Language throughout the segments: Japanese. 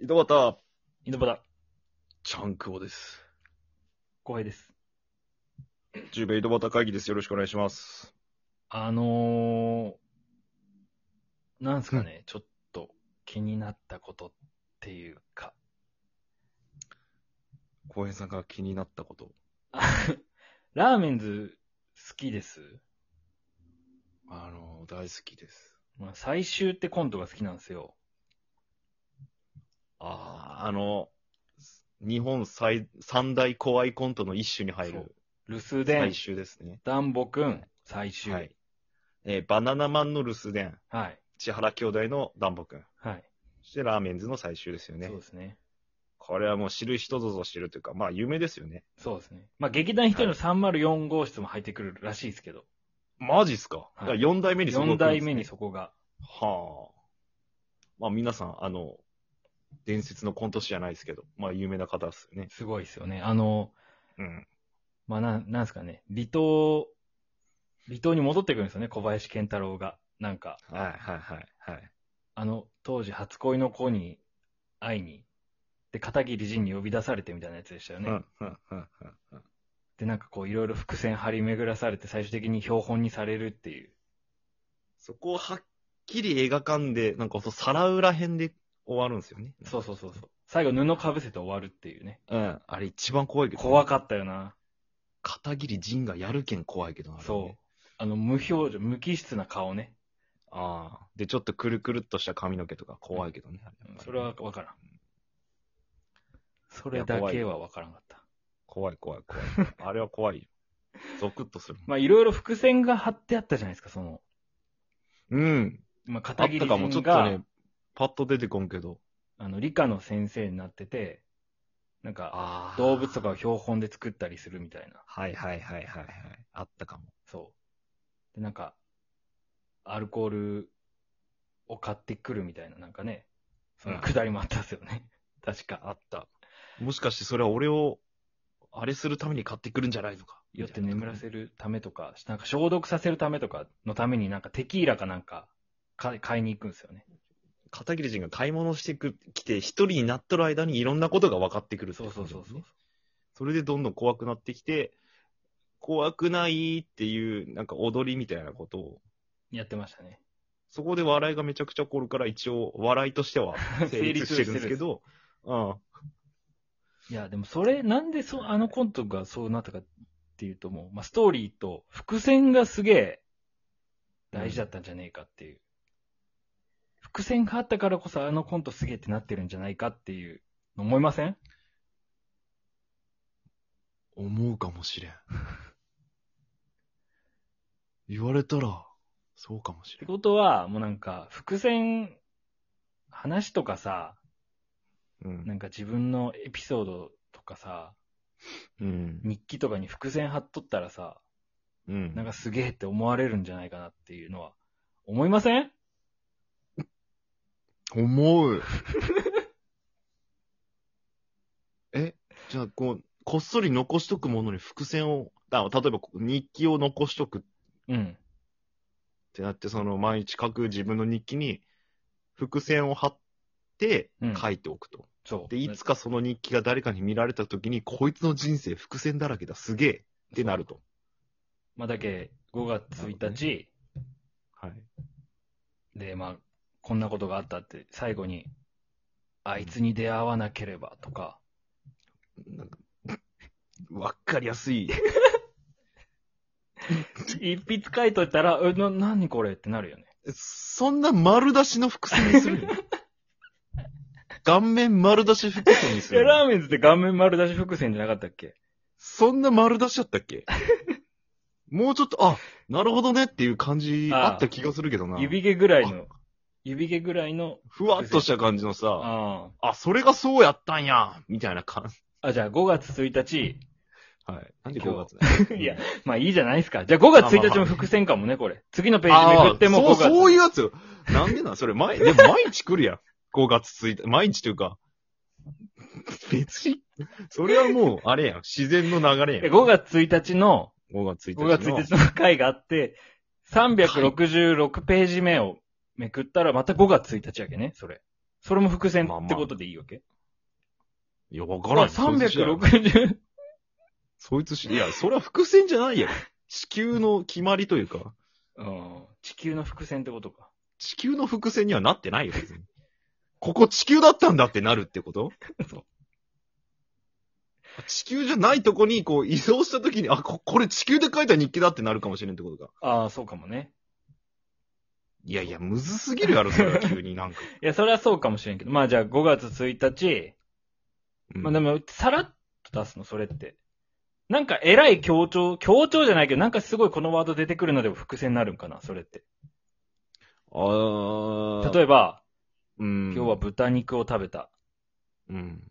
井戸端、井戸端、ちゃんくぼです。後輩です。中米井戸端会議です。よろしくお願いします。あのー、なんすかね、ちょっと気になったことっていうか、 浩平さんが気になったこと。あラーメンズ好きです。あの、大好きです。まあ、最終ってコントが好きなんですよ。ああ、あの、日本最三大怖いコントの一種に入そうる留守電最、終ですね。ダンボくん、最終。はい。えーバナナマンの留守電、はい。千原兄弟のダンボ君、はい。そしてラーメンズの最終ですよねそう。ですね。これはもう知る人ぞぞ知るというか、まあ有名ですよね。そうですね。まあ、劇団一人の304号室も入ってくるらしいですけど、マジっすか、はいだから四代目にそこ4が来る代んです目ねにそこが。はあ。まあ皆さん、あの、伝説のコント師じゃないですけど、まあ有名な方ですよね。すごいですよね。あのー、うん。まあ、なん、なんすかね、離島、離島に戻ってくるんですよね、小林健太郎が。なんか、はいはいはいはい。あの、当時初恋の子に会いに、で、片桐仁に呼び出されてみたいなやつでしたよね。うんうんうんうんうん。で、なんかこう、いろいろ伏線張り巡らされて、最終的に標本にされるっていう。そこをはっきり映画館で、なんかそう皿裏編で終わるんですよね。そうそうそうそう。最後、布かぶせて終わるっていうね。うん。あれ一番怖いけど、怖い。かったよな。片桐仁がやるけん怖いけどな、あれねそう。あの、無表情、無機質な顔ね。ああ。で、ちょっとくるくるっとした髪の毛とか怖いけどね。あれそれはわからん。それいだや怖いけはわからんかった。怖い怖い怖 い。あれは怖いよ。ゾクッとするもん。まあ、いろいろ伏線が張ってあったじゃないですか、その、うん。まあ、あ片った桐かも、ちょっと仁が、ね、パッと出てこんけど。あの、理科の先生になってて、なんか、あ動物とかを標本で作ったりするみたいな。はいはいはいはいはい。あったかも。そう。で、なんか、アルコールを買ってくるみたいな、なんかね、そのくだりもあったんですよね。 確か。あった。もしかしてそれは俺を、あれするために買ってくるんじゃないのか。酔って眠らせるためとか、なんか消毒させるためとかのために、なんかテキーラかなんか買い買いに行くんですよね。片桐人が買い物してく、来て、一人になっとる間にいろんなことが分かってくるってそことうそね、うそうそう。それでどんどん怖くなってきて、怖くないっていう、なんか踊りみたいなことを、やってましたね。そこで笑いがめちゃくちゃ起こるから、一応、笑いとしては成立してるんですけ ど、うん。いや、でもそれ、なんでそ、あのコントがそうなったかっていうともう、まあ、ストーリーと伏線がすげえ大事だったんじゃねえかっていう。伏線があったからこそあのコントすげえってなってるんじゃないかっていうの思いません思うかもしれん。 言われたら、そうかもしっれてん。ことは、もうなんか、伏線、話とかさ、うん。なんか自分のエピソードとかさ、うん。日記とかに伏線貼っとったらさ、うんなんかすげえって思われるんじゃないかなっていうのは、思いません思う。 え、じゃあ、こう、こっそり残しとくものに伏線を、あ例えばこう日記を残しとくっうん。てなって、その毎日書く自分の日記に伏線を貼ってうん書いておくと。そう。で、いつかその日記が誰かに見られた時に、こいつの人生伏線だらけだ、すげえってなると。まあ、だけ、5月1日、はい。で、まあ、こんなことがあったって、最後に、あいつに出会わなければとか、なんか、わっかりやすい。 一筆書いといたら、え、な、なにこれってなるよね。そんな丸出しの伏線にするの顔面丸出し伏線にすいや、るラのーメンズって顔面丸出し伏線じゃなかったっけそんな丸出しだったっけもうちょっと、あ、なるほどねっていう感じあああった気がするけどな。指毛ぐらいの、指毛ぐらいの、ふわっとした感じのさ、ああ、それがそうやったんやみたいな感じ。あ。あ、じゃあ5月1日、はい。なんでで5 5月月いや、まあいいじゃないですか。じゃあ5月1日も伏線かもね、これ。次のページめくってもあ5あ月。そうそういうやつよ。なんでなんそれ、毎、でも毎日来るやん。5月1日、毎日というか。別に、それはもう、あれやん。自然の流れやん。 5月1日の、 5月1日5の。月1日の回があって、366ページ目をめくったら、また5月1日やけね、それ。それも伏線ってことでいいわけ、いや、わからん。 360。そいつし、いや、それは伏線じゃないやろ。地球の決まりというか、うん。地球の伏線ってことか。地球の伏線にはなってないよ、別に。ここ地球だったんだってなるってことそう地球じゃないとこに、こう、移動したときに、あ、こ、これ地球で書いた日記だってなるかもしれんってことか。ああ、そうかもね。いやいや、むずすぎるやろ、それ は急になんか。いや、それはそうかもしれんけど。まあじゃあ5月1日、うんまあでも、さらっと出すの、それって。なんか偉い強調、強調じゃないけど、なんかすごいこのワード出てくるのでも伏線になるんかな、それって。あー。例えば、うん。今日は、豚肉を食べた。うん。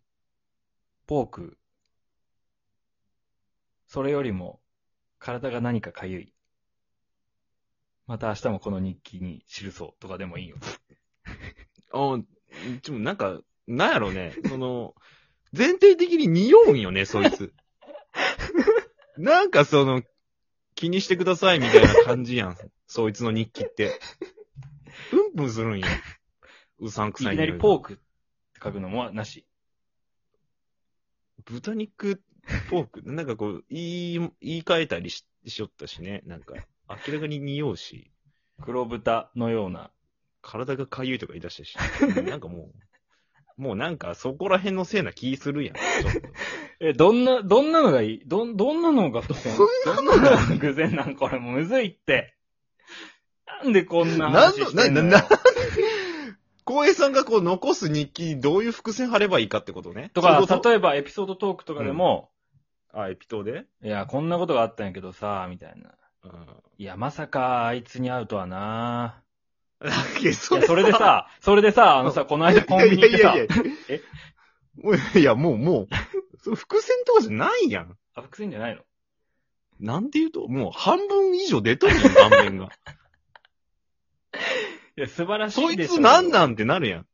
ポーク。それよりも、体が何かかゆい。また明日もこの日記に記そうとかでもいいよ。あでもなんか、なんやろ ね。その、前提的に匂うんよね、そい つ。なんかその、気にしてくださいみたいな感じやん。そいつの日記って。プンプンするんや。うさんくいさいきなりポークって書くのもなし。豚肉、ポーク、なんかこう、言い、言い換えたりししよったしね。なんか、明らかに匂うし、黒豚のような。体がかゆいとか言い出したし。なんかもう、もうなんかそこら辺のせいな気するやん。ちょっとえ、どんな、どんなのがいいどん、どんなのが伏線どんなのが伏線なんこれもうむずいって。なんでこんな話してんのよ なんのなな 浩平さんがこう残す日記にどういう伏線貼ればいいかってことね。とか、そういうこ例えばエピソードトークとかでも、とあ、エピトーでいや、こんなことがあったんやけどさ、みたいな。うん。いや、まさか、あいつに会うとはな。いや、いそや、それで、さ、それでさ、あのさ、この間コンビニ行ってさいや、いやいやえもういや、もう、もう、それ 伏線とかじゃないやん。あ、伏線じゃないのなんて言うと、もう半分以上出とるやん、顔面が。いや、素晴らしそいいでしょ。つなんなんってなるやん。だか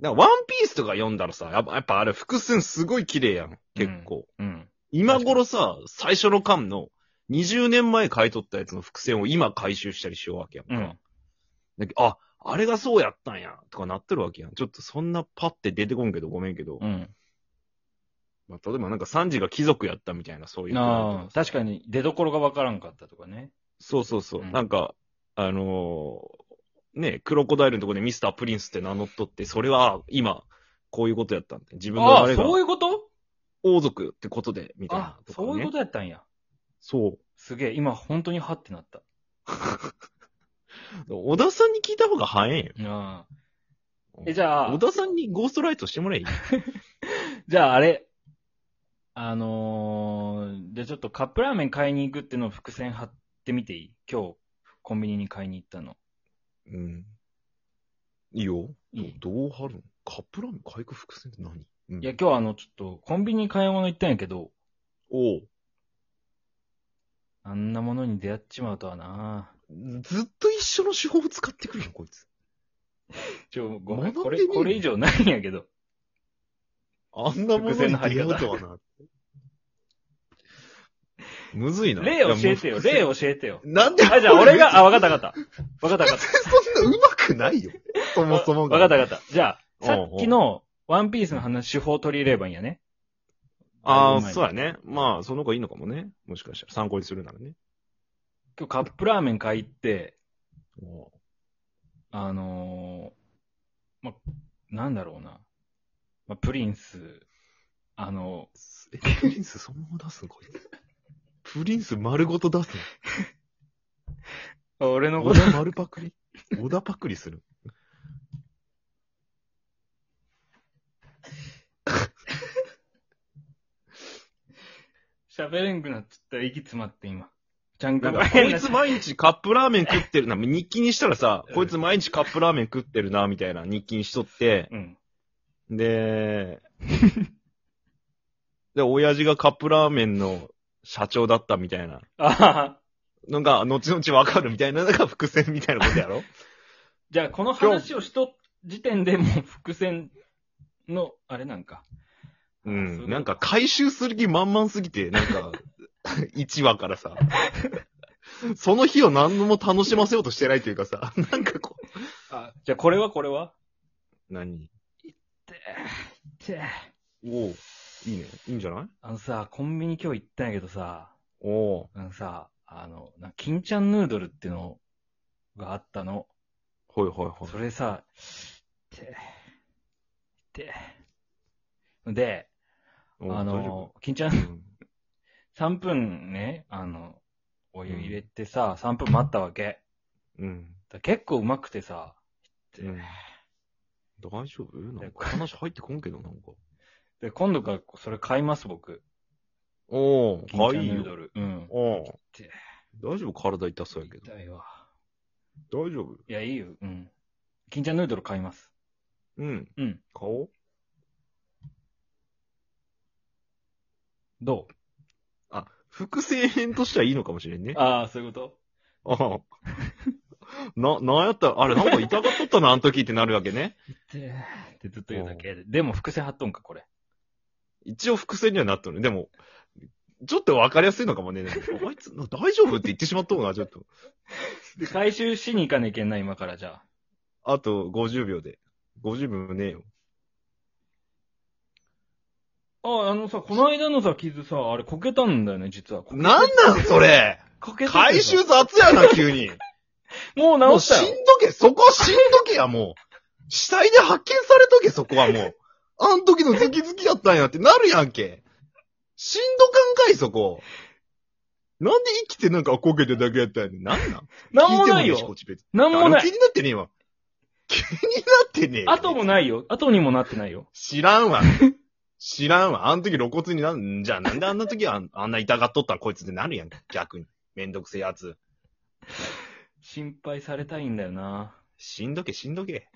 らワンピースとか読んだらさ、やっぱやっぱあれ伏線すごい綺麗やん、結構。うん。今頃さ、最初の巻の20年前買い取ったやつの伏線を今回収したりしようわけやんか。うん。だけどあ、あれがそうやったんや、とかなってるわけやん。ちょっとそんなパって出てこんけどごめんけど。うん。まあ、例えばなんかサンジが貴族やったみたいな、そういうくだりとかああ、確かに出所がわからんかったとかね。そうそうそう。うんなんか、あのーね、クロコダイルのとこでミスタープリンスって名乗っとって、それは今、こういうことやったんで、自分のあああ、れがそういうこと王族ってことで、みたいあな、とか、ね。そういうことやったんや。そう。すげえ、今本当にハってなった。小田さんに聞いた方が早いよ。ああえ、じゃあ小、田さんにゴーストライトしてもらえばいいじゃああれ、あのー、じゃあちょっとカップラーメン買いに行くってのを伏線貼ってみていい今日、コンビニに買いに行ったの。うん。いいよ。いいどう貼るのカップラーメン回復伏線って何、うんいや、今日あの、ちょっと、コンビニに買い物行ったんやけど、おうあんなものに出会っちまうとはなずっと一緒の手法を使ってくるの、こいつ。ちょ、ごめん、学こんでれ、ねえなこれ以上ないんやけど。あんなものに出会うとはな。むずいな。例教えてよ、いや例もう教えてよ。なんであ、じゃあ俺が、あ、わかったわかった。わかったわかっそんな上手くないよ。そた。もそも わかったた。わかった。じゃあ、さっきの、ワンピースの話、手法取り入れればいいんやね。ああ、前にそうやね。まあ、その子いいのかもね。もしかしたら参考にするならね。今日カップラーメン買いって、おうあのー、ま、なんだろうな。ま、プリンス、あのえ、プリンスそのまま出すのこいつ。プリンス丸ごと出す俺のの小こと、田丸パ クリ小田パクリする。喋れんくなっちゃった。息詰まって今。ちゃんなかんか、こいつ毎日カップラーメン食ってる な。日記にしたらさう、んこいつ毎日カップラーメン食ってるな、みたいな日記にしとって、うん。で、で、親父がカップラーメンの社長だったみたいなあははのが、後々わかるみたいなのが伏線みたいなこと やろじゃあ、この話をしと、時点でもう伏線の、あれなんか。うそういうことん。なんか回収する気満々すぎて、なんか、1話からさ、その日を何も楽しませようとしてないというかさ、なんかこう。あ、じゃあこれはこれは何てえおういいね。いいんじゃないあのさ、コンビニ今日行ったんやけどさ、おうあのさ、あの、なんか金ちゃんヌードルっていうのがあったの。ほいほいほい。それさ、てえてえで、おうあ、大丈 の、金ちゃん夫うん3分ね、あの、お湯入れてさ、3分待ったわけ。うん。だ結構うまくてさ、うん大丈夫なんでか話入ってこんけど、なんか。で、今度からそれ買います、僕。おう金はちゃんいヌーよド。ル。うん。おうて大丈夫体痛そうやけ痛いわ。ど。大丈夫いや、いいよ。うん。金ちゃんヌードル買います。うん。うん。顔どあ、複製編としてはいいのかもしれんねう。ああ、そういうことああ。 な、なんやったら、あれ、なんか痛がっとったな、あの時ってなるわけね。で、ずっと言うだけで。でも、伏線貼っとんか、これ。一応伏線にはなっとる。でも、ちょっと分かりやすいのかもね。でもあいつ、な大丈夫って言ってしまっとうな、ちょっと。で、回収しに行かなきゃいけんな、今から、じゃあ。あと50秒で。50秒もねえよ。あ、あのさ、この間のさ、傷さ、あれ、こけたんだよね、実は。こけなんなんそれこけたんだよ回収雑やな、急に。もうもう直し死んたどよ。け、そこ死んどけや、もう。死体で発見されとけ、そこはも う。あん時のズキズキやったんやってなるやんけ。死んどかんかい、そこ。なんで生きてなんかこけてだけやったんやねん。なんなんなんもない聞てしこよっ。ち別になんもな誰いも気。になってねえわ。気になってねえよ。後もないよ。後にもなってないよ。知らんわ。知らんわ。あの時露骨になん、じゃあなんであんな時はあんあんな痛がっとったらこいつってなるやん。逆に。めんどくせえやつ。心配されたいんだよな。死んどけ、死んどけ。